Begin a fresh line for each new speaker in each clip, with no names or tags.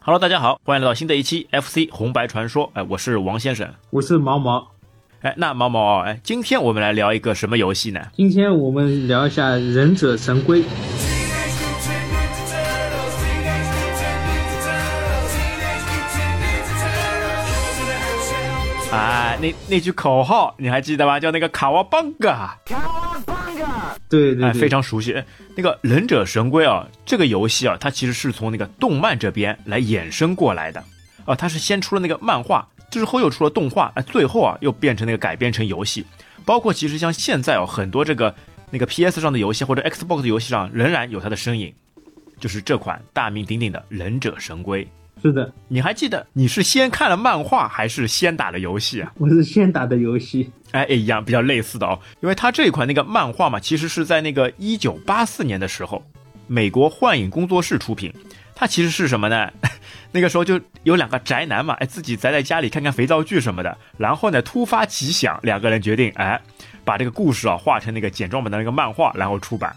Hello，大家好，欢迎来到新的一期 FC 红白传说。哎，我是王先生。
我是毛毛。
哎，那毛毛，哎，今天我们来聊一个什么游戏呢？
今天我们聊一下《忍者神龟》。
Teenage Mutant Ninja Turtles. Teenage Mutant Ninja Turtles. Teenage Mutant Ninja Turtles. Turtles in a nutshell.
啊，那那句口号你还记得吗？叫那个卡哇邦嘎，
对对对，
哎，非常熟悉。哎那个《忍者神龟》啊，这个游戏啊，它其实是从那个动漫这边来衍生过来的啊，它是先出了那个漫画，之后又出了动画，啊，最后啊又变成那个改编成游戏。包括其实像现在哦，很多这个那个 PS 上的游戏或者 Xbox 游戏上仍然有它的身影，就是这款大名鼎鼎的《忍者神龟》。
是的，
你还记得你是先看了漫画还是先打的游戏啊？
我是先打的游戏。
哎，哎一样比较类似的哦，因为它这一款那个漫画嘛，其实是在那个一九八四年的时候，美国幻影工作室出品。它其实是什么呢？ 那个时候就有两个宅男嘛，哎，自己宅在家里看看肥皂剧什么的，然后呢突发奇想，两个人决定哎，把这个故事啊画成那个简装版的那个漫画，然后出版。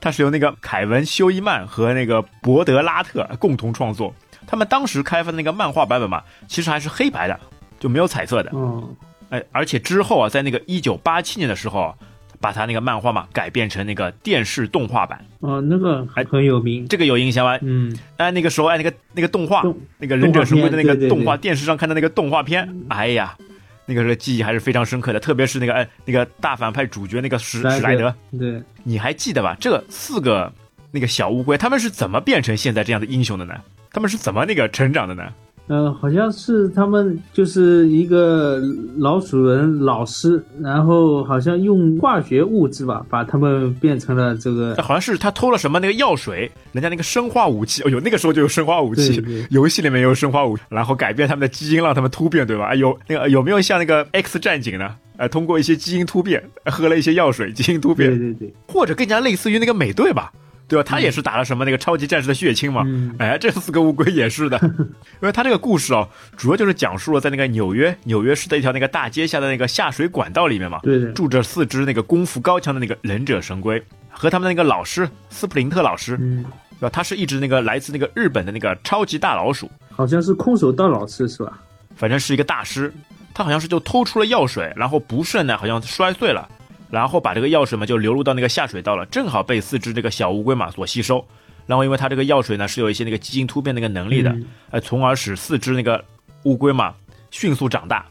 它是由那个凯文·休伊曼和那个伯德·拉特共同创作。他们当时开发的那个漫画版本嘛，其实还是黑白的，就没有彩色的。
嗯，
哎，而且之后啊，在那个一九八七年的时候啊，把他那个漫画嘛改变成那个电视动画版，
哦，那个
哎
还很有名。
这个有印象吗？
嗯，
哎，那个时候哎，那个那个动画
动，
那个忍者神龟的那
动画片
个
对对对
动画，电视上看的那个动画片，哎呀，那个时候记忆还是非常深刻的，特别是那个哎那个大反派主角那个史
史莱
史莱德，
对，
你还记得吧？这四个那个小乌龟，他们是怎么变成现在这样的英雄的呢？他们是怎么那个成长的呢？
呃，好像是他们就是一个老鼠人老师，然后好像用化学物质吧，把他们变成了这个
哎，好像是他偷了什么那个药水，人家那个生化武器，哦呦，那个时候就有生化武器，
对对
游戏里面有生化武器，然后改变他们的基因，让他们突变，对吧？哎，有那个有没有像那个 X 战警呢？呃，通过一些基因突变，呃喝了一些药水，基因突变，
对对对，
或者更加类似于那个美队吧，对吧？他也是打了什么那个超级战士的血清嘛。
嗯
哎，这四个乌龟也 是的，因为他这个故事啊，主要就是讲述了在那个纽约纽约市的一条那个大街下的那个下水管道里面嘛，
对的
住着四只那个功夫高强的那个忍者神龟和他们的那个老师斯普林特老师，
嗯，
对吧？他是一只那个来自那个日本的那个超级大老鼠，
好像是空手道老师是吧？
反正是一个大师，他好像是就偷出了药水，然后不慎呢好像摔碎了，然后把这个药水嘛就流入到那个下水道了，正好被四只这个小乌龟嘛所吸收。然后因为它这个药水呢是有一些那个基因突变那个能力的，
嗯
呃，从而使四只那个乌龟嘛迅速长大。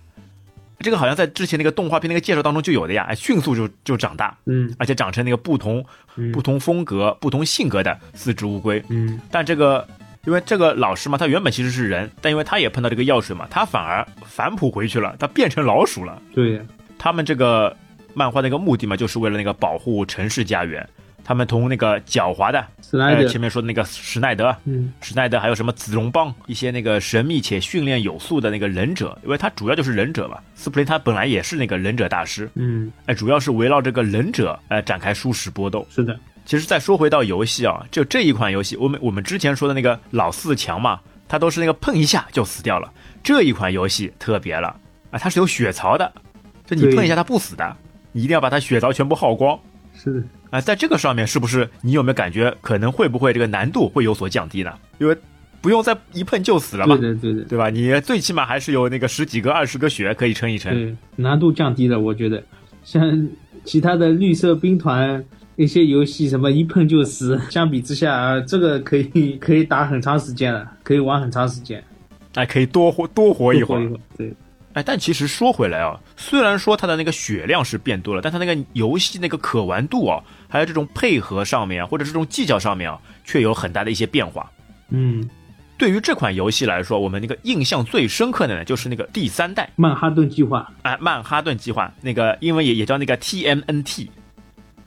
这个好像在之前那个动画片那个介绍当中就有的呀，哎，迅速就就长大，
嗯
而且长成那个不同
嗯
不同风格、不同性格的四只乌龟。
嗯，
但这个因为这个老师嘛，他原本其实是人，但因为他也碰到这个药水嘛，他反而反哺回去了，他变成老鼠了。
对，
他们这个漫画的一个目的嘛，就是为了那个保护城市家园。他们同那个狡猾的，
史莱
呃，
德
前，面说的那个史奈德，
嗯
史奈德还有什么子龙帮一些那个神秘且训练有素的那个忍者，因为他主要就是忍者嘛。斯普林他本来也是那个忍者大师，
嗯，
哎、主要是围绕这个忍者呃展开殊死搏斗。
是的，
其实再说回到游戏啊，就这一款游戏，我们我们之前说的那个老四强嘛，它都是那个碰一下就死掉了。这一款游戏特别了啊，它是有血槽的，就你
对
碰一下它不死的，你一定要把它血槽全部耗光
是的。
啊。在这个上面，是不是你有没有感觉可能会不会这个难度会有所降低呢？因为不用再一碰就死了嘛
对，的，对的，
对吧？你最起码还是有那个十几个、二十个血可以撑一撑。
对，嗯难度降低了，我觉得。像其他的绿色兵团一些游戏，什么一碰就死，相比之下，呃这个可以 可以打很长时间了，可以玩很长时间。
哎，可以多活多活一会
多
儿
一。会儿，对，
哎，但其实说回来啊，虽然说它的那个血量是变多了，但它那个游戏那个可玩度啊，还有这种配合上面啊，或者这种技巧上面啊，却有很大的一些变化。
嗯，
对于这款游戏来说，我们那个印象最深刻的呢，就是那个第三代
曼哈顿计划，
哎曼哈顿计划，那个英文也也叫那个 TMNT，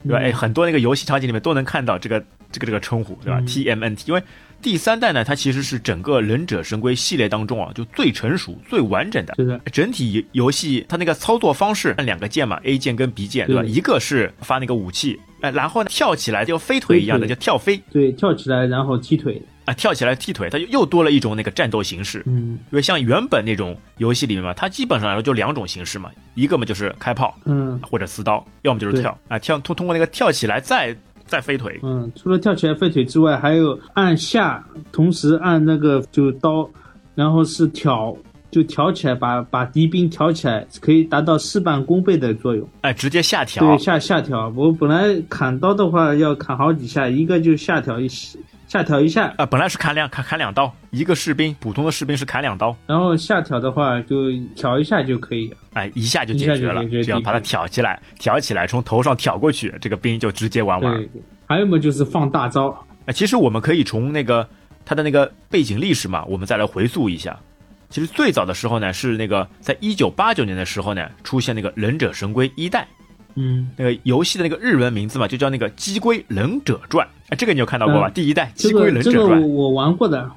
对吧？哎，很多那个游戏场景里面都能看到这个这个这个称呼，对吧、
嗯
t m n t 因为第三代呢，它其实是整个忍者神龟系列当中啊，就最成熟、最完整的。
是的，
整体游戏它那个操作方式，按两个键嘛，A 键跟 B 键，对吧？
对
一个是发那个武器，哎，然后呢跳起来就飞腿一样的，
飞
就
腿
跳飞
对，跳起来然后踢腿，
啊，跳起来踢腿，它就又多了一种那个战斗形式。
嗯
因为像原本那种游戏里面嘛，它基本上来说就两种形式嘛，一个嘛就是开炮
嗯，
或者刺刀，要么就是
对
跳啊，跳通通过那个跳起来再再飞腿。
嗯，除了跳起来飞腿之外，还有按下，同时按那个就刀，然后是挑，就挑起来，把把敌兵挑起来，可以达到事半功倍的作用。
哎，直接下调
对，下下挑。我本来砍刀的话要砍好几下，一个就下挑一下挑一下，
啊！本来是砍两砍砍两刀，一个士兵普通的士兵是砍两刀，
然后下挑的话就挑一下就可以了。
哎，一下就解决了，
一下就解决
只要把它挑起来，挑起来，从头上挑过去，这个兵就直接玩完。
对，还有么就是放大招。
哎，其实我们可以从那个它的那个背景历史嘛，我们再来回溯一下。其实最早的时候呢，是那个在一九八九年的时候呢，出现那个《忍者神龟一代》
嗯，
那个游戏的那个日文名字嘛，就叫那个《鸡龟忍者传》。哎，这个你有看到过吧？
嗯
第一代《
这
鸡龟
个
忍
这
者
个
传
我》我玩过的，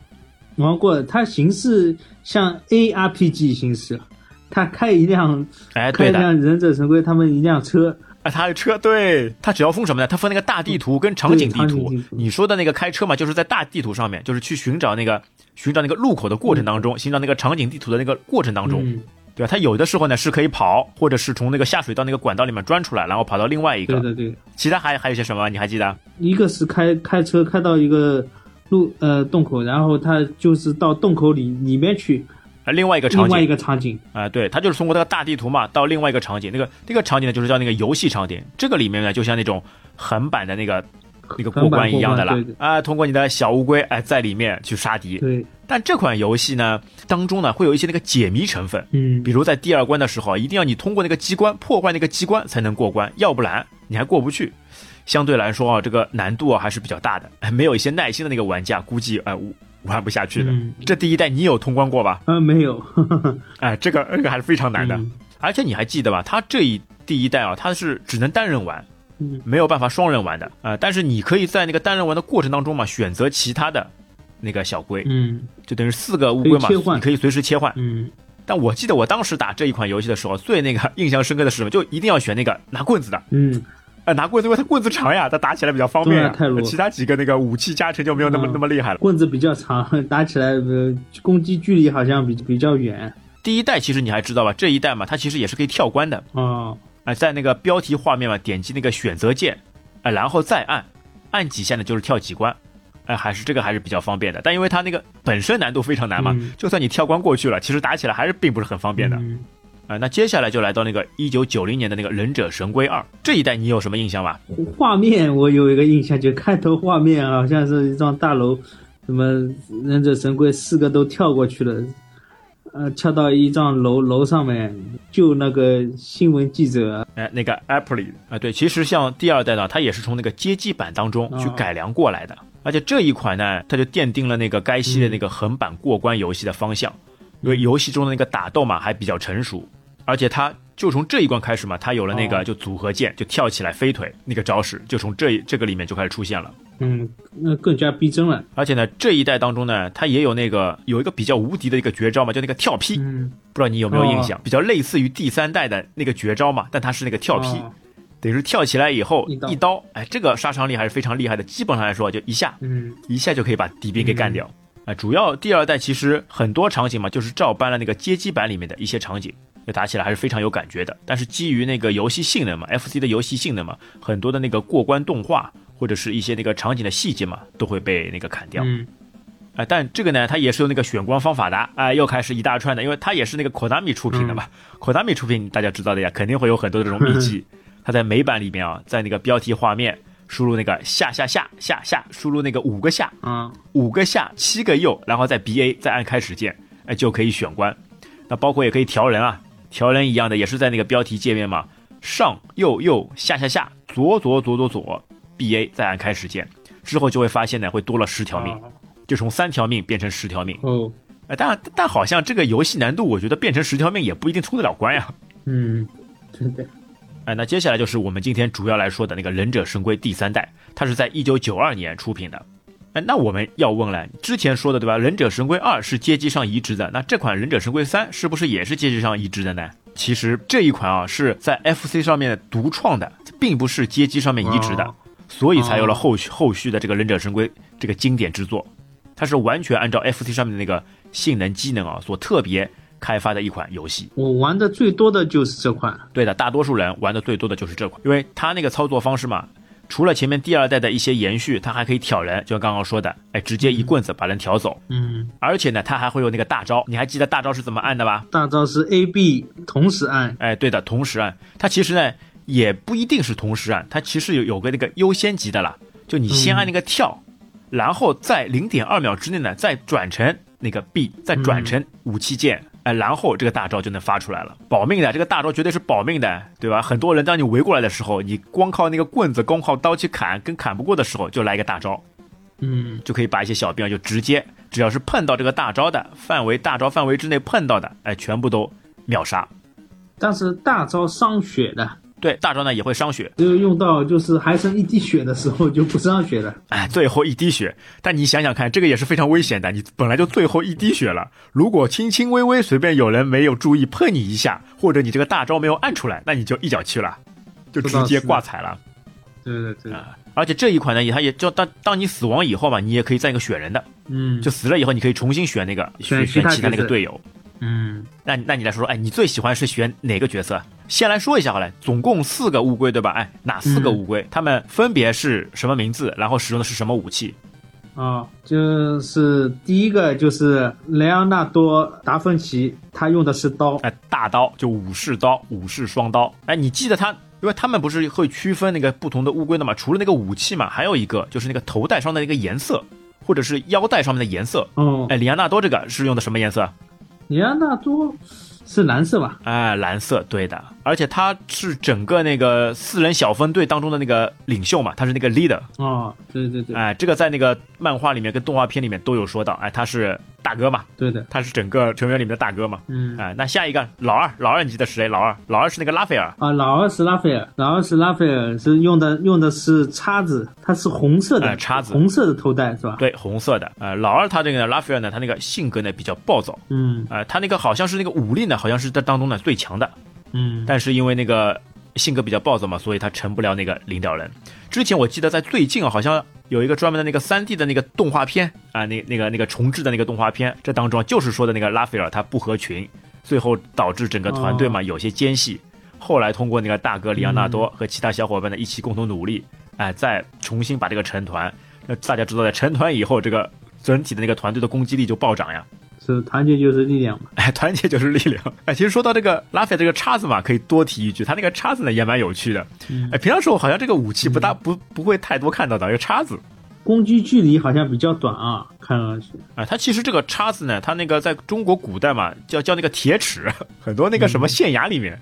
玩过的。它形式像 A R P G 形式，它开一辆
哎，
开
对
一
的，
辆忍者神龟他们一辆车，
啊，他的车对他只要封什么呢？他分那个大地图跟场景地
对
图
场景地。图
你说的那个开车嘛，就是在大地图上面，就是去寻找那个寻找那个路口的过程当中，寻找那个场景地图的那个过程当中，
嗯，
对吧？他有的时候呢是可以跑，或者是从那个下水道那个管道里面钻出来，然后跑到另外一
对
个。
的对的。
其他还还有些什么？你还记得？啊
一个是开开车开到一个路呃洞口，然后它就是到洞口里里面去，
啊，另外一个
另
场
外一
景
个场景，
啊、对，他就是通过那个大地图嘛，到另外一个场景。那个那个场景呢，就是叫那个游戏场景。这个里面呢，就像那种横版的那个那个过
横版
关一
过
样的
关
了
对的
啊，通过你的小乌龟哎、在里面去杀敌。
对，
但这款游戏呢，当中呢会有一些那个解谜成分，
嗯
比，如在第二关的时候啊，一定要你通过那个机关破坏那个机关才能过关，要不然你还过不去。相对来说啊，这个难度啊还是比较大的， 哎没有一些耐心的那个玩家，估计哎、玩不下去的。
嗯
这第一代你有通关过吧？
呃没有，呵呵呵
哎、这个这个还是非常难的。
嗯
而且你还记得吧？它这一第一代啊，它是只能单人玩，
嗯
没有办法双人玩的啊、呃但是你可以在那个单人玩的过程当中嘛，选择其他的那个小龟，
嗯
就等于四个乌龟嘛，
可以切换
你可以随时切换。
嗯，
但我记得我当时打这一款游戏的时候，最那个印象深刻的是什么？就一定要选那个拿棍子的，
嗯，
呃，拿棍子，因为它棍子长呀，它打起来比较方便、
对啊太弱
其他几个那个武器加成就没有那么、
嗯
那么厉害了。
棍子比较长，打起来呃攻击距离好像比比较远
第一代其实你还知道吧？这一代嘛，它其实也是可以跳关的，啊、
哦，
在那个标题画面嘛，点击那个选择键，啊、然后再按，按几下呢就是跳几关。哎，还是这个还是比较方便的，但因为它那个本身难度非常难嘛，
嗯
就算你跳关过去了，其实打起来还是并不是很方便的。
嗯
啊，那接下来就来到那个一九九零年的那个《忍者神龟二》这一代，你有什么印象吧？
画面我有一个印象，就开头画面啊好像是一幢大楼，什么忍者神龟四个都跳过去了，呃，跳到一幢楼楼上面救那个新闻记者，
哎、那个 Apple 里啊，对，其实像第二代呢，它也是从那个街机版当中去
哦
改良过来的，而且这一款呢，它就奠定了那个该系列那个横版过关游戏的方向，因为游戏中的那个打斗嘛还比较成熟，而且它就从这一关开始嘛，它有了那个
哦
就组合键，就跳起来飞腿那个招式，就从这这个里面就开始出现了。
嗯，那更加逼真了，
而且呢，这一代当中呢，它也有那个有一个比较无敌的一个绝招嘛，叫那个跳劈。
嗯，
不知道你有没有印象，比较类似于第三代的那个绝招嘛，但它是那个跳劈，
哦
等于是跳起来以后
一刀
一刀，哎，这个杀伤力还是非常厉害的。基本上来说，就一下
嗯，
一下就可以把敌兵给干掉。啊，主要第二代其实很多场景嘛，就是照搬了那个街机版里面的一些场景，就打起来还是非常有感觉的。但是基于那个游戏性能嘛，FC 的游戏性能嘛，很多的那个过关动画或者是一些那个场景的细节嘛，都会被那个砍掉。
嗯，
啊，但这个呢，它也是用那个选光方法的，啊、又开始一大串的，因为它也是那个 Konami 出品的嘛、k o n a m i 出品大家知道的呀，肯定会有很多这种秘籍。它在美版里面啊，在那个标题画面输入那个下下下下下，输入那个五个下，
啊，
五个下七个右，然后再 B A 再按开始键，哎、就可以选关。那包括也可以调人啊，调人一样的也是在那个标题界面嘛，上右右下下下左左左左左 B A 再按开始键，之后就会发现呢会多了十条命。就从三条命变成十条命。
哦，
哎，但但好像这个游戏难度，我觉得变成十条命也不一定出得了关呀。
嗯，对的，
哎，那接下来就是我们今天主要来说的那个《忍者神龟》第三代，它是在一九九二年出品的。哎，那我们要问了，之前说的对吧？《忍者神龟二》是街机上移植的，那这款《忍者神龟三》是不是也是街机上移植的呢？其实这一款啊是在 FC 上面独创的，并不是街机上面移植的
哦，
所以才有了后续后续的这个《忍者神龟》这个经典之作。它是完全按照 FC 上面的那个性能机能啊所特别开发的一款游戏。
我玩的最多的就是这款，
对的，大多数人玩的最多的就是这款，因为它那个操作方式嘛，除了前面第二代的一些延续，它还可以挑人，就像刚刚说的，哎，直接一棍子把人挑走。
嗯，
而且呢，它还会有那个大招，你还记得大招是怎么按的吧？
大招是 A、B 同时按，
哎，对的，同时按。它其实呢也不一定是同时啊按，它其实有有个那个优先级的啦，就你先按那个跳，然后在零点二秒之内呢再转成那个 B，再转成武器键。哎，然后这个大招就能发出来了，保命的这个大招绝对是保命的，对吧？很多人当你围过来的时候，你光靠那个棍子、光靠刀去砍，跟砍不过的时候，就来一个大招，
嗯，
就可以把一些小兵啊就直接，只要是碰到这个大招的范围、大招范围之内碰到的，哎，全部都秒杀。
但是大招伤血的，
对，大招呢也会伤血，
只有用到就是还剩一滴血的时候就不伤血了。
哎，最后一滴血。但你想想看，这个也是非常危险的。你本来就最后一滴血了，如果轻轻微微随便有人没有注意碰你一下，或者你这个大招没有按出来，那你就一脚去了，就直接挂彩了。
对对对，
而且这一款呢，也它也就当当你死亡以后嘛，你也可以再一个选人的，
嗯，
就死了以后你可以重新选那个
选其
选
他
其他那
角
个
色
队友。
嗯
那你那你来说说，哎，你最喜欢是选哪个角色？先来说一下好了，总共四个乌龟对吧？哎，哪四个
嗯
乌龟？它们分别是什么名字？然后使用的是什么武器？
啊，就是第一个就是莱昂纳多·达芬奇，他用的是刀，
哎，大刀就武士刀、武士双刀。哎，你记得它，因为他们不是会区分那个不同的乌龟的嘛？除了那个武器嘛，还有一个就是那个头带上的那个颜色，或者是腰带上面的颜色。
哦，
哎，里安纳多这个是用的什么颜色？
莱昂纳多是蓝色吧？
哎，蓝色，对的。而且他是整个那个四人小分队当中的那个领袖嘛，他是那个 leader。
哦，对对对，
哎，这个在那个漫画里面跟动画片里面都有说到，哎，他是大哥嘛，
对的，
他是整个成员里面的大哥嘛。
嗯
哎，那下一个老二，老二你记得是谁？老二，老二是那个拉斐尔。
啊，老二是拉斐尔，老二是拉斐尔是用的用的是叉子，它是红色的、
哎叉子
红色的头带是吧？，
对，红色的，呃，老二他这个呢拉斐尔呢，他那个性格呢比较暴躁，
嗯
呃，他那个好像是那个武力呢，好像是在当中呢最强的，
嗯，
但是因为那个性格比较暴躁嘛，所以他成不了那个领导人。之前我记得在最近啊，好像有一个专门的那个三 D 的那个动画片啊、那那个那个重置的那个动画片，这当中啊就是说的那个拉斐尔他不合群，最后导致整个团队嘛有些间隙。后来通过那个大哥里昂纳多和其他小伙伴的一起共同努力，哎、再重新把这个成团。那大家知道，在成团以后，这个整体的那个团队的攻击力就暴涨呀。
是团结就是力量嘛。
哎，团结就是力量。哎，其实说到这个拉斐尔这个叉子嘛，可以多提一句，他那个叉子呢也蛮有趣的。哎，平常时候好像这个武器不大、不不会太多看到的，一个叉子。
攻击距离好像比较短啊，看上去。
啊，它其实这个叉子呢，它那个在中国古代嘛，叫叫那个铁尺，很多那个什么县衙里面，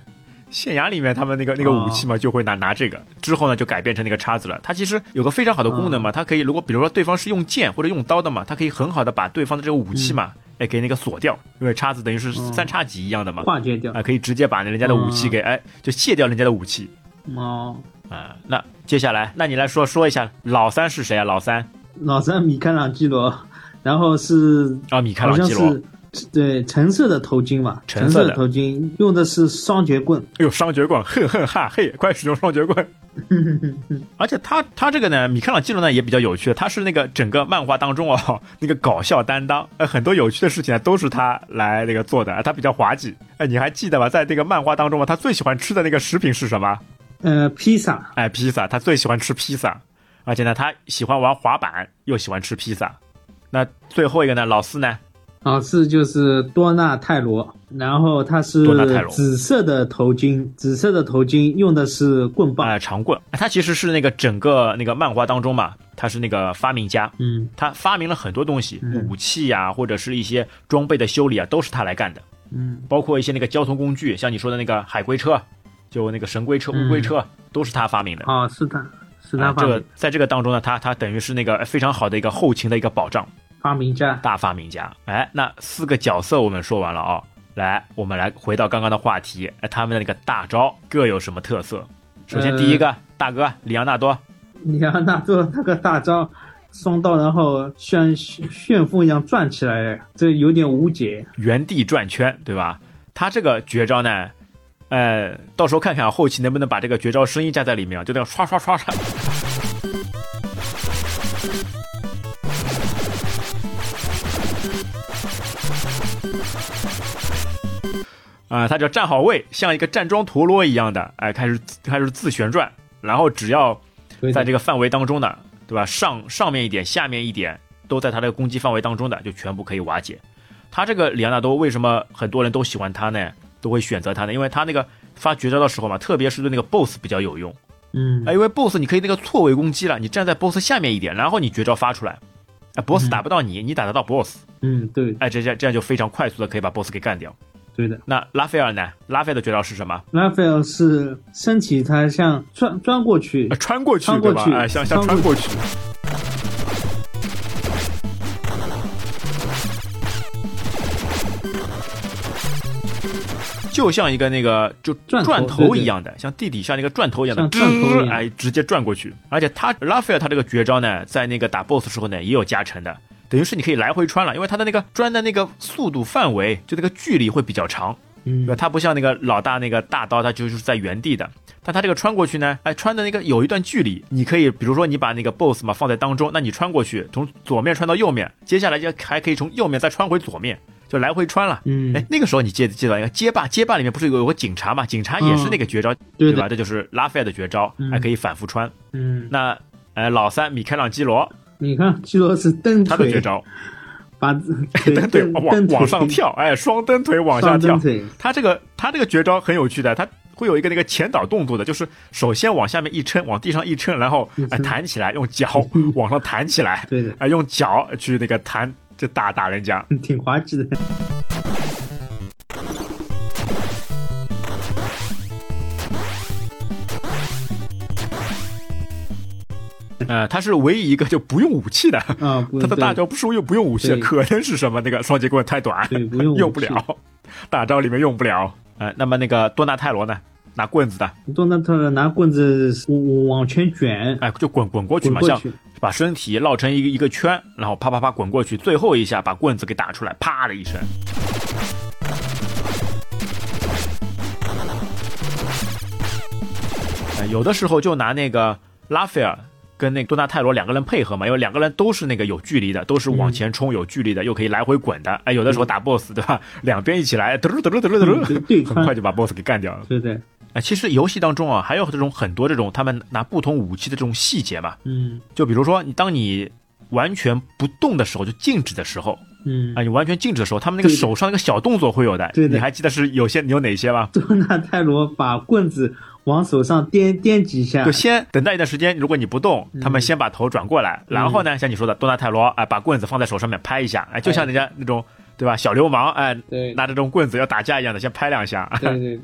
县衙里面他们那个那个武器嘛，就会拿拿这个。之后呢，就改变成那个叉子了。它其实有个非常好的功能嘛，它可以如果比如说对方是用剑或者用刀的嘛，它可以很好的把对方的这个武器嘛，哎给那个锁掉，因为叉子等于是三叉戟一样的嘛，
化解掉
啊、可以直接把人家的武器
嗯
给哎就卸掉人家的武器
哦，
啊、那接下来，那你来说说一下老三是谁啊？老三
老三米开朗基罗，然后是
啊，米开
好
朗
像
基罗。
是对橙色的头巾吧，
橙
橙
色的
色头巾用的是双节棍，
哎呦，双节棍，哼哼哈嘿，快使用双节 棍！而且他他这个呢，米开朗基罗呢也比较有趣，他是那个整个漫画当中哦，那个搞笑担当，呃，很多有趣的事情啊都是他来那个做的，他比较滑稽。哎，你还记得吧？在这个漫画当中嘛，啊他最喜欢吃的那个食品是什么？
呃，披萨，
哎，披萨，他最喜欢吃披萨，而且呢，他喜欢玩滑板，又喜欢吃披萨。那最后一个呢，老四呢？
啊是就是多纳泰罗，然后它是
多纳泰罗
紫色的头巾，紫色的头巾用的是棍棒，
啊、长棍，哎他其实是那个整个那个漫画当中嘛，他是那个发明家，
嗯
他发明了很多东西，
嗯
武器呀、或者是一些装备的修理啊，都是他来干的。
嗯
包括一些那个交通工具，像你说的那个海龟车，就那个神龟车、
嗯
乌龟车，都是他发明的。
啊是他是
啊这
他发
个
明
在这个当中呢，他他等于是那个非常好的一个后勤的一个保障，
发明家，
大发明家。哎，那四个角色我们说完了啊、来，我们来回到刚刚的话题，哎，他们的那个大招各有什么特色？首先
呃
第一个、大哥里昂纳多，
里昂纳多那个大招。双刀，然后像旋风一样转起来，这有点无解。
原地转圈，对吧？他这个绝招呢，呃，到时候看看后期能不能把这个绝招声音加在里面啊，就那样刷刷刷刷。啊、他只要站好位，像一个站桩陀螺一样的，哎、开始开始自旋转，然后只要
对的
在这个范围当中呢，对吧？上上面一点，下面一点，都在他的攻击范围当中的，就全部可以瓦解。他这个里昂纳多为什么很多人都喜欢他呢？都会选择他呢？因为他那个发绝招的时候嘛，特别是对那个 BOSS 比较有用。
嗯
啊，因为 BOSS 你可以那个错位攻击了，你站在 BOSS 下面一点，然后你绝招发出来，啊，BOSS 打不到你，你打得到 BOSS，
嗯，对
哎，这这样这样就非常快速的可以把 BOSS 给干掉。
对的。
那拉斐尔呢？拉斐尔的绝招是什么？
拉斐尔是身体，他像钻钻过去
呃，穿过去，
啊穿过
对
去
吧？哎，像像
穿
穿
过
过去。就像一个那个就
钻头
转
对
头
对
一样的，像地底下那个转头一样的，
像钻头一样
吱哎，直接转过去。而且他拉斐尔他这个绝招呢，在那个打 BOSS 时候呢也有加成的，等于是你可以来回穿了，因为他的那个钻的那个速度范围就那个距离会比较长。
嗯
对吧，它不像那个老大那个大刀，它就是在原地的。但它这个穿过去呢，哎，穿的那个有一段距离，你可以比如说你把那个 boss 嘛放在当中，那你穿过去，从左面穿到右面，接下来就还可以从右面再穿回左面，就来回穿了。
嗯
哎，那个时候你记得记得一个街霸，街霸里面不是有有个警察嘛？警察也是那个绝招，
嗯对
吧？
的，
这就是拉斐尔的绝招，
嗯
还可以反复穿。
嗯，
那呃，老三米开朗基罗
你看基罗是蹬
他的绝
腿，
招，
把腿
蹬腿
蹬
往
蹬腿
往上，跳，哎，双蹬腿往下
上
跳
蹬，腿，
他这个他这个绝招很有趣的，他会有一个那个前导动作的，就是首先往下面一撑，往地上一撑，然后
一
哎、
撑
弹起来，用 脚往上弹起来，
对
哎
的、，
用脚去那个弹，就打打人家。
挺滑稽的。
呃，他是唯一一个就不用武器的，
啊， 不
他的
对
大招不是用不用武器的，
对
可能是什么那个双截棍太短，
对不用武器
用不了，大招里面用不了。呃，那么那个多纳泰罗呢，拿棍子的，
多纳特拿棍子往往前卷，
哎，就滚滚过去
滚
嘛，
过
像
去，
把身体绕成一个一个圈，然后啪啪啪滚过去，最后一下把棍子给打出来，啪的一声。呃有的时候就拿那个拉斐尔跟那个多纳泰罗两个人配合嘛，因为两个人都是那个有距离的，都是往前冲有距离的，又可以来回滚的。哎，有的时候打 BOSS 对吧？两边一起来，嘟噜嘟噜嘟噜
嗯
嘟
对
噜，
对
很快
穿，
就把 BOSS 给干掉了。
对的，
哎，其实游戏当中啊，还有这种很多这种他们拿不同武器的这种细节嘛，
嗯
就比如说，你当你完全不动的时候，就静止的时候
嗯
啊，，你完全静止的时候，他们那个
对的
手上那个小动作会有的。
对的
你还记得是有些有哪些吗？
多纳泰罗把棍子往手上颠颠几下
就，先等待一段时间，如果你不动，他
嗯
们先把头转过来，然后呢，像你说的多纳泰罗，哎，把棍子放在手上面拍一下，哎，就像人家那种对吧，小流氓，哎，
对
拿着这种棍子要打架一样的，先拍两下，
对对对，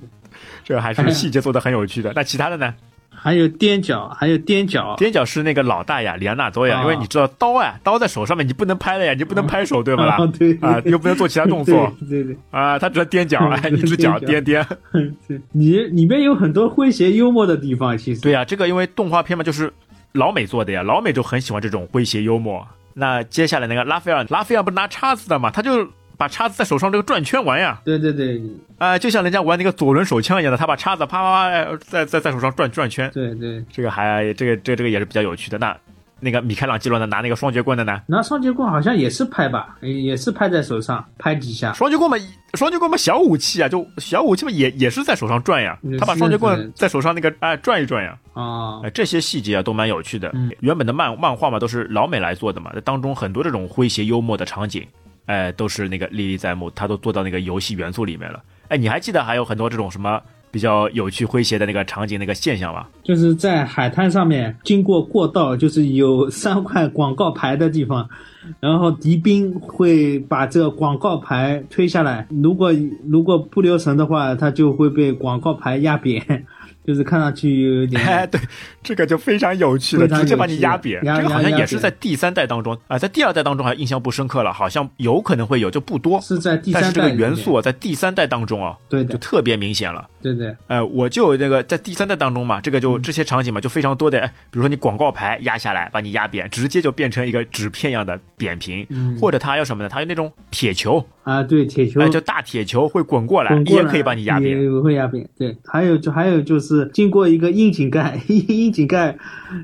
这还是细节做的很有趣的。那其他的呢？
还有踮脚，还有踮脚，
踮脚是那个老大呀，里昂纳多呀，
啊
因为你知道刀啊，刀在手上面你不能拍的呀，你不能拍手对吧？
啊对
啊，又不能做其他动作。
对对
啊，他只能踮脚，哎，一只脚踮踮。
对对，你里面有很多诙谐幽默的地方，其实
对呀、这个因为动画片嘛，就是老美做的呀，老美就很喜欢这种诙谐幽默。那接下来那个拉斐尔，拉斐尔不是拿叉子的嘛，他就把叉子在手上这个转圈玩呀，
对对对
啊、就像人家玩那个左轮手枪一样的，他把叉子啪啪啪哎在在在手上转转圈，
对对，
这个还这个这个、这个也是比较有趣的。那那个米开朗基罗呢，拿那个双截棍的呢，
拿双截棍好像也是拍吧，也也是拍在手上拍几下，
双截棍嘛，双截棍嘛小武器啊，就小武器嘛也也是在手上转呀
也，是
他把双截棍
的
在手上那个哎、转一转呀。
啊
呃，这些细节啊都蛮有趣的。
嗯
原本的漫漫画嘛都是老美来做的嘛，那当中很多这种诙谐幽默的场景，哎、都是那个历历在目，他都做到那个游戏元素里面了。哎，你还记得还有很多这种什么比较有趣诙谐的那个场景那个现象 吗？
就是在海滩上面经过过道，就是有三块广告牌的地方，然后敌兵会把这个广告牌推下来，如果如果不留神的话，他就会被广告牌压扁， 就是看上去有
哎，
点
对，这个就非常有趣了，
非常
直接把
有趣
你压扁。
压
这个好
压
像
压
也是
扁
在第三代当中啊、在第二代当中还印象不深刻了，好像有可能会有，就不多。
呃是在第
但是
三
这
代
个
里面
元素啊，在第三代当中啊，
对
就
的
特别明显了。
对的
呃，我就有这个在第三代当中嘛，这个
嗯
就这些场景嘛，就非常多的，哎比如说你广告牌压下来，把你压扁，直接就变成一个纸片一样的扁平，
嗯
或者它有什么呢？它有那种铁球，
啊，对铁球
哎、 就大铁球会滚过来，
滚过来
也可以把你压扁。
也会压扁。对， 还有就还有就是经过一个窨井盖，窨井盖，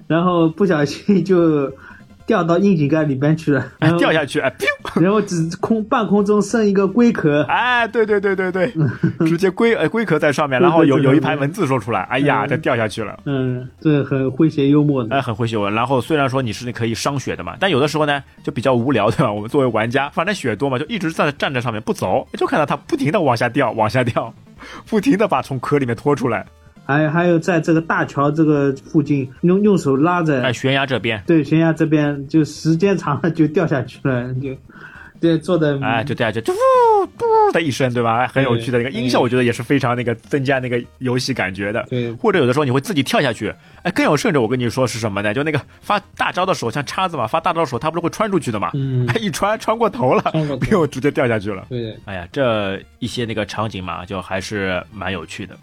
然后不小心就掉到窨井盖里边去了，然后
掉下去，哎，biu
然后只空半空中剩一个龟壳，
哎，对对对对 对，直接龟呃龟壳在上面，然后有有一排文字说出来，哎呀，这掉下去了。
嗯，这很诙谐幽默的。
哎，很会写文。然后虽然说你是可以伤血的嘛，但有的时候呢就比较无聊，对吧？我们作为玩家，反正血多嘛，就一直站在站在上面不走， 就看到它不停的往下掉，往下掉， 不停的把从壳里面拖出来。
还还有在这个大桥这个附近，用用手拉着，
哎，悬崖这边，
对悬崖这边，就时间长了就掉下去了，就对做的
哎，就掉下去，嘟嘟的一声，对吧？哎，很有趣的那个音效，我觉得也是非常那个增加那个游戏感觉的。
对
或者有的时候你会自己跳下去，哎，更有甚者，我跟你说是什么呢？就那个发大招的手，像叉子嘛，发大招的手，它不是会穿出去的嘛？
嗯
哎，一穿穿过头了，
穿过头
没有直接掉下去了。
对的，
哎呀，这一些那个场景嘛，就还是蛮有趣的。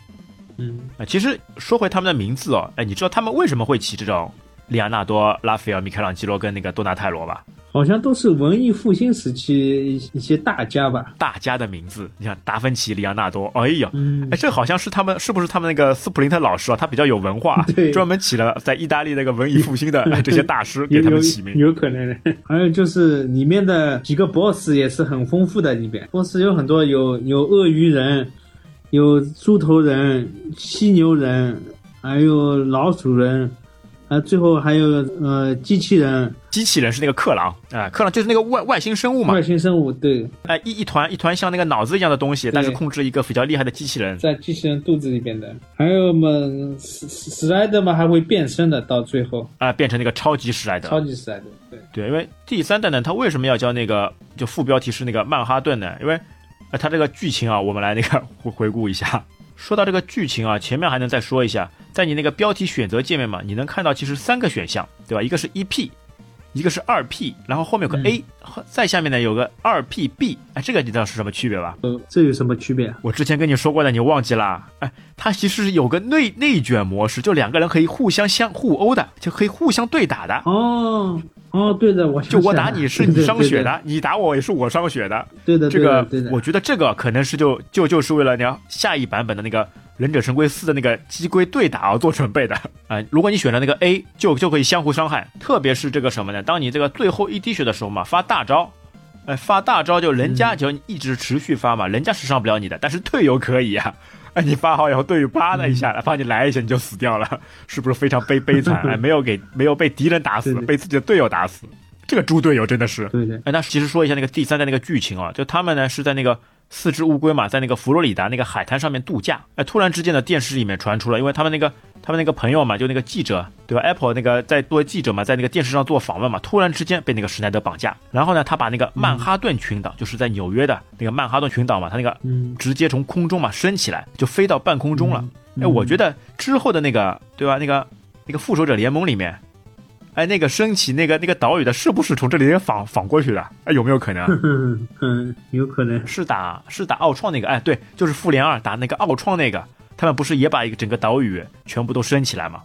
嗯，
啊，其实说回他们的名字哦，哎，你知道他们为什么会起这种哎利亚纳多、拉斐尔、米开朗基罗跟那个多纳泰罗吧？
好像都是文艺复兴时期一一些大家吧，
大家的名字，你看达芬奇、里昂纳多，哎呀，
嗯
哎，这好像是他们，是不是他们那个斯普林特老师啊？他比较有文化
对，
专门起了在意大利那个文艺复兴的哎这些大师 给
有
他
有
们起名。
有可能 的。还有就是里面的几个 BOSS 也是很丰富的，里面 BOSS 有很多，有有鳄鱼人，有猪头人、犀牛人，还有老鼠人，啊，最后还有呃机器人、
机器人是那个克朗，哎，克朗就是那个外外星生物嘛
外，星生物，对，
哎，一一团一团像那个脑子一样的东西，但是控制一个比较厉害的机器人。
在机器人肚子里边的，还有嘛史史史莱德嘛还会变身的，到最后
啊、变成那个超级史莱德，
超级史莱德，对。
对，因为第三代呢，它为什么要叫那个就副标题是那个曼哈顿呢？因为呃它这个剧情啊，我们来那个回回顾一下。说到这个剧情啊，前面还能再说一下，在你那个标题选择界面嘛，你能看到其实三个选项，对吧？一个是 EP，一个是二 P，然后后面有个 A，、和再下面呢有个二 PB，哎，这个你知道是什么区别吧？
呃，这有什么区别啊？
我之前跟你说过的，你忘记啦？哎，它其实是有个内内卷模式，就两个人可以互相相互殴的，就可以互相对打的。
哦，哦，对的，我
就
想
我
起来
打
了
你是你伤血，
对对对对
的，你打我也是我伤血的。
对的，
这
对的
个
对的，
我觉得这个可能是就就就是为了你要下一版本的那个《忍者神龟四》的那个机龟对打而做准备的 啊、如果你选了那个 A，就就可以相互伤害，特别是这个什么呢？当你这个最后一滴血的时候嘛，发大招。哎，发大招就人
嗯
家就一直持续发嘛，人家是伤不了你的，但是队友可以呀、 哎，你发好以后，队友啪的一
嗯
下，啪你来一下你就死掉了， 是不是非常悲悲 惨？哎，没有给没有被敌人打死
对，对
被自己的队友打死，这个猪队友真的是。
对的，
哎，那其实说一下那个第三代那个剧情啊，就他们呢是在那个四只乌龟嘛，在那个佛罗里达那个海滩上面度假。哎，突然之间呢，电视里面传出了，因为他们那个他们那个朋友嘛，就那个记者对吧？Apple 那个在做记者嘛，在那个电视上做访问嘛，突然之间被那个史奈德绑架，然后呢，他把那个曼哈顿群岛，就是在纽约的那个曼哈顿群岛嘛，他那个
嗯
直接从空中嘛升起来，就飞到半空中了。哎，我觉得之后的那个对吧？那个那个复仇者联盟里面，哎，那个升起那个那个岛屿的，是不是从这里也仿仿过去的？哎，有没有可能
嗯 嗯，有可能，
是打是打奥创那个？哎，对，就是复联二打那个奥创那个，他们不是也把一个整个岛屿全部都升起来吗？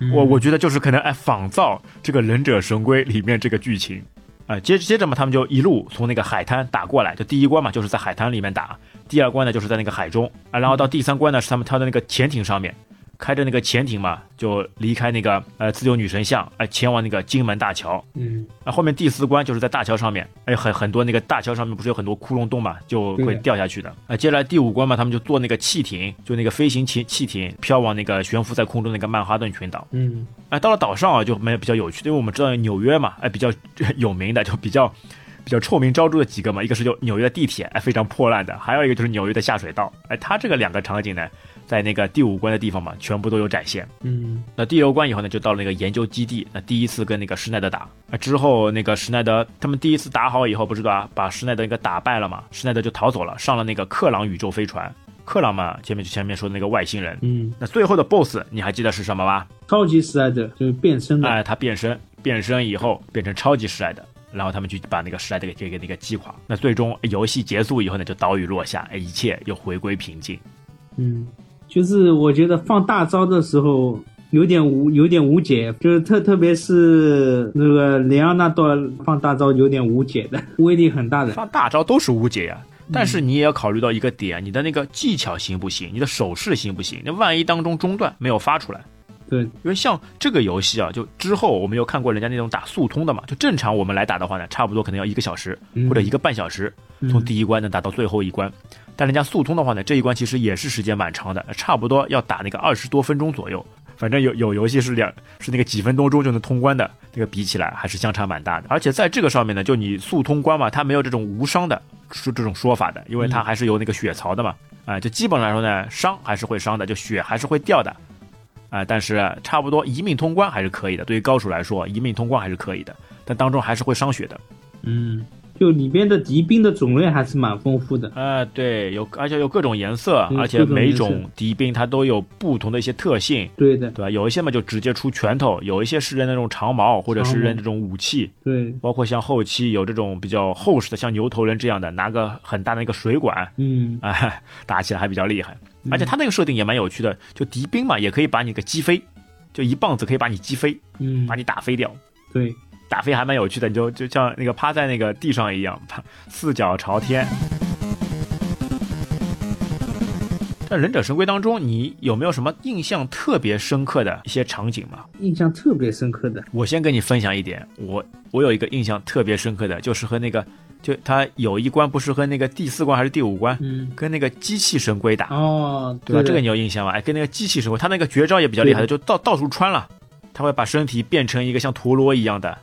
嗯
我我觉得就是可能哎仿造这个忍者神龟里面这个剧情。啊，接接着嘛，他们就一路从那个海滩打过来，就第一关嘛，就是在海滩里面打；第二关呢，就是在那个海中啊，然后到第三关呢，是他们跳到那个潜艇上面，开着那个潜艇嘛，就离开那个呃自由女神像，哎、前往那个金门大桥。
嗯，
啊，后面第四关就是在大桥上面，哎，很很多那个大桥上面不是有很多窟窿洞嘛，就
对
会掉下去的。啊，接下来第五关嘛，他们就坐那个汽艇，就那个飞行汽汽艇飘往那个悬浮在空中那个曼哈顿群岛。
嗯
哎，到了岛上啊，就没有比较有趣的，因为我们知道纽约嘛，哎，比较 有名的就比较比较臭名昭著的几个嘛，一个是就纽约的地铁，哎，非常破烂的，还有一个就是纽约的下水道，哎，它这个两个场景呢，在那个第五关的地方嘛，全部都有展现。
嗯
那第六关以后呢，就到了那个研究基地。那第一次跟那个施耐德打，啊，之后那个施耐德他们第一次打好以后，不是把把施耐德给打败了嘛？施耐德就逃走了，上了那个克朗宇宙飞船。克朗嘛，前面就前面说的那个外星人。
嗯，
那最后的 BOSS 你还记得是什么吗？
超级史莱德就是变身的，
哎，他变身，变身以后变成超级史莱德，然后他们去把那个史莱德给给给那个击垮。那最终游戏结束以后呢，就岛屿落下，哎，一切又回归平静。
嗯，就是我觉得放大招的时候。有点无有点无解，就是特特别是那个雷昂纳多放大招有点无解的， 威力很大的。
放大招都是无解呀、但是你也要考虑到一个点，你的那个技巧行不行，你的手势行不行？那万一当中中断没有发出来，
对，
因为像这个游戏啊，就之后我们有看过人家那种打速通的嘛，就正常我们来打的话呢，差不多可能要一个小时
嗯
或者一个半小时，从第一关呢打到最后一关。但人家速通的话呢，这一关其实也是时间蛮长的，差不多要打那个二十多分钟左右。反正有有游戏是两是那个几分钟中就能通关的，那个比起来还是相差蛮大的。而且在这个上面呢，就你速通关嘛，它没有这种无伤的说这种说法的，因为它还是有那个血槽的嘛。啊、就基本来说呢，伤还是会伤的，就血还是会掉的。啊、但是差不多一命通关还是可以的，对于高手来说，一命通关还是可以的，但当中还是会伤血的。
嗯，就里边的敌兵的种类还是蛮丰富的。
啊、对，有而且有各种颜色，
嗯
而且
各种
每
颜色
种敌兵它都有不同的一些特性，
对的，
对吧？有一些嘛就直接出拳头，有一些是扔那种长矛，或者是
长矛
扔这种武器，
对，
包括像后期有这种比较厚实的，像牛头人这样的，拿个很大的一个水管，
嗯，
啊、打起来还比较厉害。而且它那个设定也蛮有趣的，就敌兵嘛也可以把你给击飞，就一棒子可以把你击飞，
嗯
把，你打飞掉。
对，
打飞还蛮有趣的，你就就像那个趴在那个地上一样，趴四脚朝 天。在忍者神龟当中，你有没有什么印象特别深刻的一些场景吗？
印象特别深刻的，
我先跟你分享一点，我我有一个印象特别深刻的，就是和那个，就他有一关不是和那个第四关还是第五关，
嗯，
跟那个机器神龟打，
哦，
对吧？
的
这个你有印象吧？哎，跟那个机器神龟，他那个绝招也比较厉害的，就到到处穿了，他会把身体变成一个像陀螺一样的，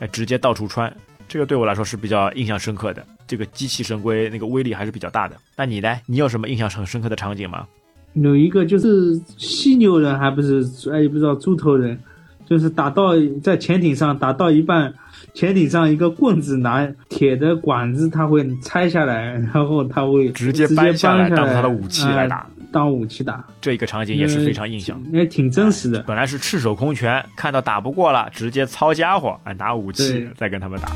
哎，直接到处穿。这个对我来说是比较印象深刻的。这个机器神龟那个威力还是比较大的。那你呢？你有什么印象很深刻的场景吗？
有一个就是犀牛人，还不是哎也不知道猪头人，就是打到在潜艇上打到一半，潜艇上一个棍子拿铁的管子，它会拆下来，然后它会
直接
接
掰下来哎
搬
当它的武器来打
啊当武器打，
这个场景也是非常印象。
也挺真实的。
本来是赤手空拳，看到打不过了，直接操家伙，啊，拿武器
对
再跟他们打。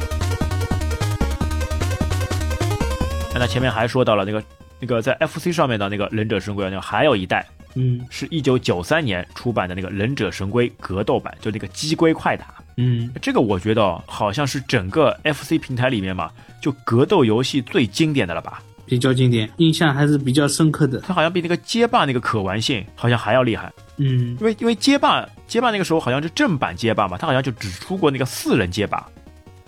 那前面还说到了那个那个在 FC 上面的那个忍者神龟，那还有一代
嗯
是一九九三年出版的那个忍者神龟格斗版，就那个鸡龟快打。
嗯，
这个我觉得哦好像是整个 FC 平台里面嘛，就格斗游戏最经典的了吧？
比较经典，印象还是比较深刻的。
它好像比那个街霸那个可玩性好像还要厉害。
嗯，
因为因为街霸街霸那个时候好像是正版街霸嘛，它好像就只出过那个四人街霸，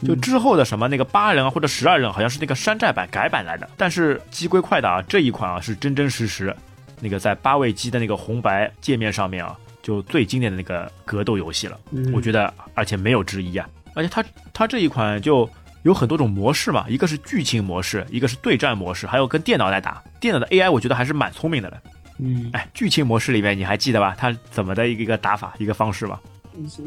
就之后的什么那个八人啊或者十二人，好像是那个山寨版改版来的。但是鸡龟快打、啊、这一款啊是真真实实，那个在八位机的那个红白界面上面啊，就最经典的那个格斗游戏了，
嗯
我觉得而且没有之一啊。而且它它这一款就有很多种模式嘛，一个是剧情模式，一个是对战模式，还有跟电脑来打。电脑的 AI 我觉得还是蛮聪明的了。
嗯，
哎，剧情模式里面你还记得吧？它怎么的一个一个打法，一个方式吧？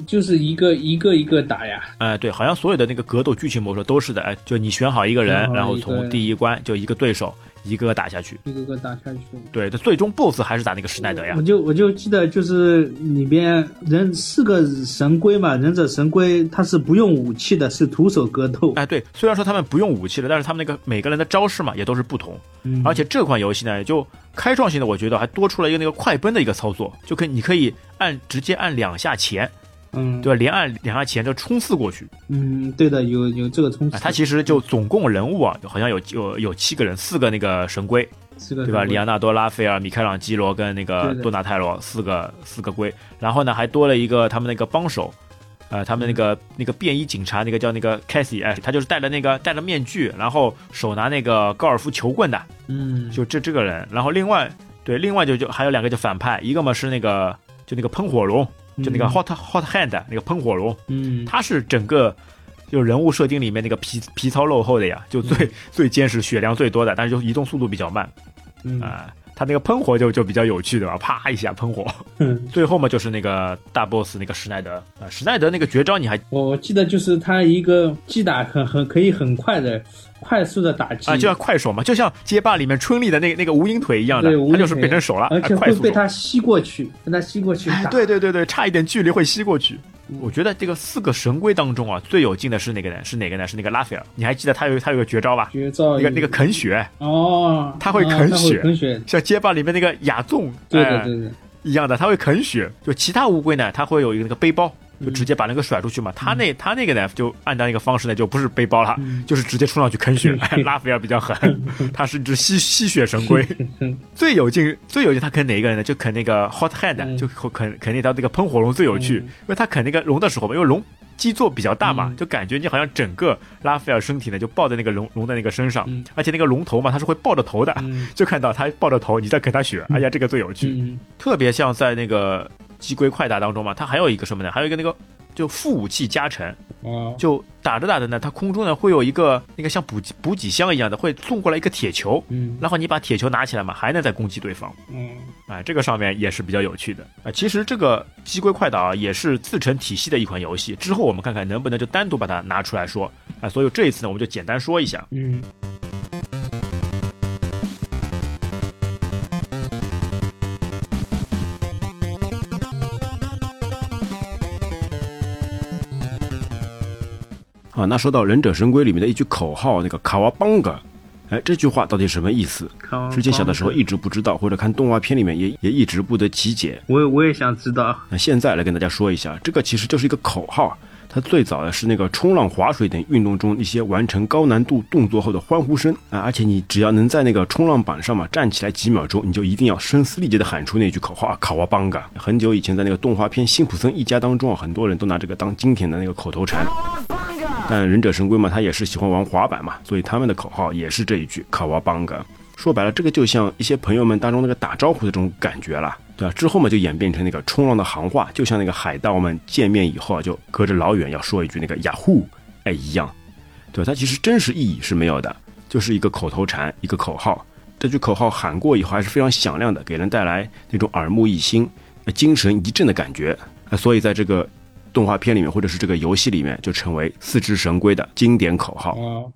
就是一个一个一个打呀。
哎，对，好像所有的那个格斗剧情模式都是的，哎，就你选好一个
选
人，
好
然后
一个
从
人
第一关就一个对手一个个打下去。
一个个打下去，
对，但最终 BOSS 还是打那个施耐德呀
我。就我就记得就是里边人四个神龟嘛，忍者神龟它是不用武器的，是徒手格斗。
哎，对，虽然说他们不用武器了，但是他们那个每个人的招式嘛也都是不同，
嗯
而且这款游戏呢，就开创性的，我觉得还多出了一个那个快奔的一个操作，就可以你可以按直接按两下前，
嗯，
对吧？连按两下前就冲刺过去，
嗯，对的，有有这个冲
啊，
刺，
它其实就总共人物啊，好像有有有七个人，四个那个神龟，
是个
对吧？
神龟
里昂纳多、拉斐尔、米开朗基罗跟那个
对的
多纳泰罗四个四个龟，然后呢还多了一个他们那个帮手，呃，他们那
嗯
个那个便衣警察那个叫那个凯西，哎，他就是戴着那个戴着面具，然后手拿那个高尔夫球棍的，
嗯，
就这这个人。然后另外对，另外就就还有两个就反派，一个嘛是那个就那个喷火龙，就那个 hot hot hand 那个喷火龙，
嗯，
他是整个。就人物设定里面那个皮皮糙肉厚的呀，就最、 最坚实、血量最多的，但是就移动速度比较慢。
嗯
啊、他那个喷火就就比较有趣，对吧？啪一下喷火，
嗯，
最后嘛就是那个大 boss 那个施耐德啊、施耐德那个绝招你还
我我记得就是他一个击打很很可以很快的快速的打击
啊、就像快手嘛，就像街霸里面春丽的那那个无影腿一样的
对无，影
他
腿
就是变成手了，
而且
啊快
会
速
被
手。
他吸过去，被他吸过去
哎
打。
对对对对，差一点距离会吸过去。
嗯
我觉得这个四个神龟当中啊，最有劲的是哪个呢？是哪个呢？是那个拉斐尔。你还记得他有他有个绝招吧？
绝招
那个那个啃血，
哦，
他会
啊
啃
他
血
会啃血，
像街霸里面那个雅纵，
对
哎
的对的，
一样的，它会啃血。就其他乌龟呢，它会有一个那个背包，
嗯
就直接把那个甩出去嘛。他那他那个呢，就按照那个方式呢，就不是背包了，
嗯
就是直接冲上去啃血。 拉斐尔比较狠，他是一只吸吸血神 龟。最有劲，最有劲，他啃哪一个人呢？就啃那个 Hot Hand，、
嗯
就啃啃那条那个喷火龙最有趣，
嗯
因为他啃那个龙的时候嘛，因为龙基座比较大嘛，
嗯
就感觉你好像整个拉斐尔身体呢就抱在那个龙龙的那个身上，
嗯
而且那个龙头嘛，它是会抱着头的，
嗯
就看到它抱着头，你在啃它血，哎呀，这个最有趣，
嗯
特别像在那个鸡龟快打当中嘛，它还有一个什么呢？还有一个那个。就副武器加成，
哦，
就打着打着呢，它空中呢会有一个那个像补给补给箱一样的，会送过来一个铁球，
嗯
然后你把铁球拿起来嘛，还能再攻击对方。
嗯
啊，这个上面也是比较有趣的啊。其实这个《鸡龟快打》啊，也是自成体系的一款游戏，之后我们看看能不能就单独把它拿出来说啊。所以这一次呢，我们就简单说一下。
嗯
啊，那说到《忍者神龟》里面的一句口号，那个卡哇邦嘎，哎，这句话到底什么意思？
嗯，
之前小的时候一直不知道，或者看动画片里面也也一直不得其解。
我也我也想知道，
那现在来跟大家说一下，这个其实就是一个口号，它最早的是那个冲浪、划水等运动中一些完成高难度动作后的欢呼声啊，而且你只要能在那个冲浪板上嘛站起来几秒钟，你就一定要声嘶力竭地喊出那句口号啊，卡哇邦嘎。很久以前在那个动画片《辛普森一家》当中啊，很多人都拿这个当经典的那个口头禅。但忍者神龟嘛，他也是喜欢玩滑板嘛，所以他们的口号也是这一句“卡哇邦嘎”。说白了，这个就像一些朋友们当中那个打招呼的这种感觉啦，对吧、之后嘛，就演变成那个冲浪的行话，就像那个海盗们见面以后啊，就隔着老远要说一句那个“雅虎”，哎一样，对吧、它其实真实意义是没有的，就是一个口头禅，一个口号。这句口号喊过以后还是非常响亮的，给人带来那种耳目一新、呃精神一振的感觉。啊，所以在这个动画片里面或者是这个游戏里面，就成为四只神龟的经典口号。
嗯
哦，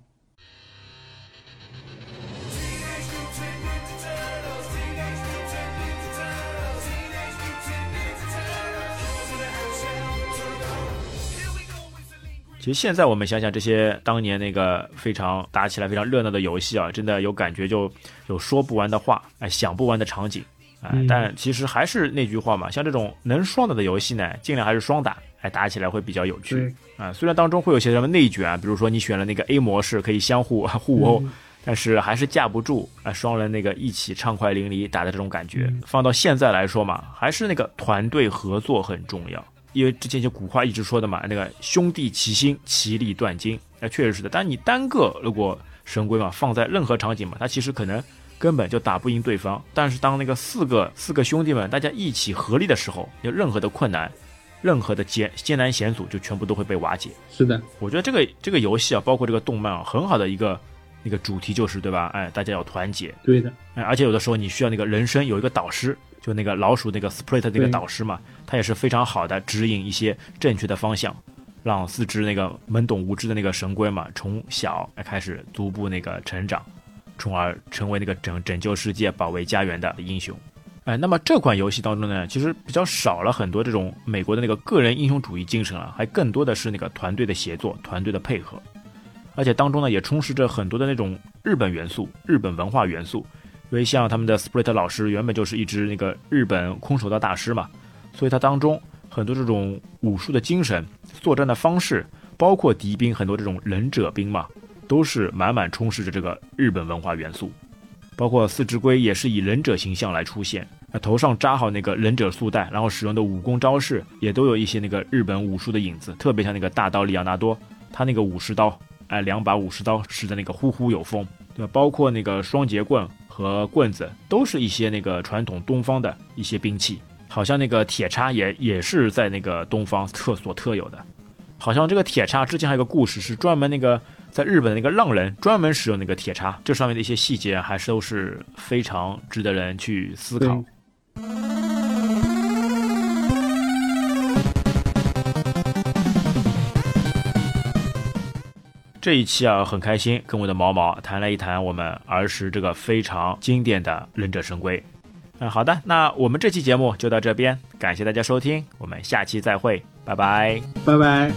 其实现在我们想想这些当年那个非常打起来非常热闹的游戏啊，真的有感觉就有说不完的话，哎，想不完的场景，哎
嗯，
但其实还是那句话嘛，像这种能双打的游戏呢，尽量还是双打，哎，打起来会比较有趣
对。
啊，虽然当中会有些什么内卷啊，比如说你选了那个 A 模式可以相互 互殴，
嗯
但是还是架不住啊双人那个一起畅快淋漓打的这种感
嗯
觉。放到现在来说嘛，还是那个团队合作很重要，因为之前就古话一直说的嘛，那个兄弟齐心，其利断金，那确实是的。但你单个如果神龟嘛，放在任何场景嘛，它其实可能。根本就打不赢对方，但是当那个四个四个兄弟们大家一起合力的时候，有任何的困难，任何的艰艰难险阻就全部都会被瓦解。
是的，
我觉得这个这个游戏啊，包括这个动漫啊，很好的一个一个主题就是对吧？哎，大家要团结，
对的，
哎，而且有的时候你需要那个人生有一个导师，就那个老鼠那个 Split 那个
对
导师嘛，他也是非常好的指引一些正确的方向，让四只那个懵懂无知的那个神龟嘛，从小哎开始逐步那个成长，从而成为那个拯拯救世界、保卫家园的英雄。哎，那么这款游戏当中呢，其实比较少了很多这种美国的那个个人英雄主义精神啊，还更多的是那个团队的协作、团队的配合，而且当中呢也充斥着很多的那种日本元素、日本文化元素，因为像他们的 Split 老师原本就是一支那个日本空手道大师嘛，所以他当中很多这种武术的精神、作战的方式，包括敌兵很多这种忍者兵嘛，都是满满充斥着这个日本文化元素。包括四只龟也是以忍者形象来出现，那头上扎好那个忍者束带，然后使用的武功招式也都有一些那个日本武术的影子，特别像那个大刀里昂纳多，他那个武士刀，哎，两把武士刀使得那个呼呼有风，对吧？包括那个双节棍和棍子，都是一些那个传统东方的一些兵器，好像那个铁叉也也是在那个东方特所特有的。好像这个铁叉之前还有个故事，是专门那个在日本的那个浪人专门使用那个铁叉，这上面的一些细节还是都是非常值得人去思
对
考。这一期啊，很开心跟我的毛毛谈了一谈我们儿时这个非常经典的《忍者神龟》。嗯，好的，那我们这期节目就到这边，感谢大家收听，我们下期再会，拜拜。
拜拜。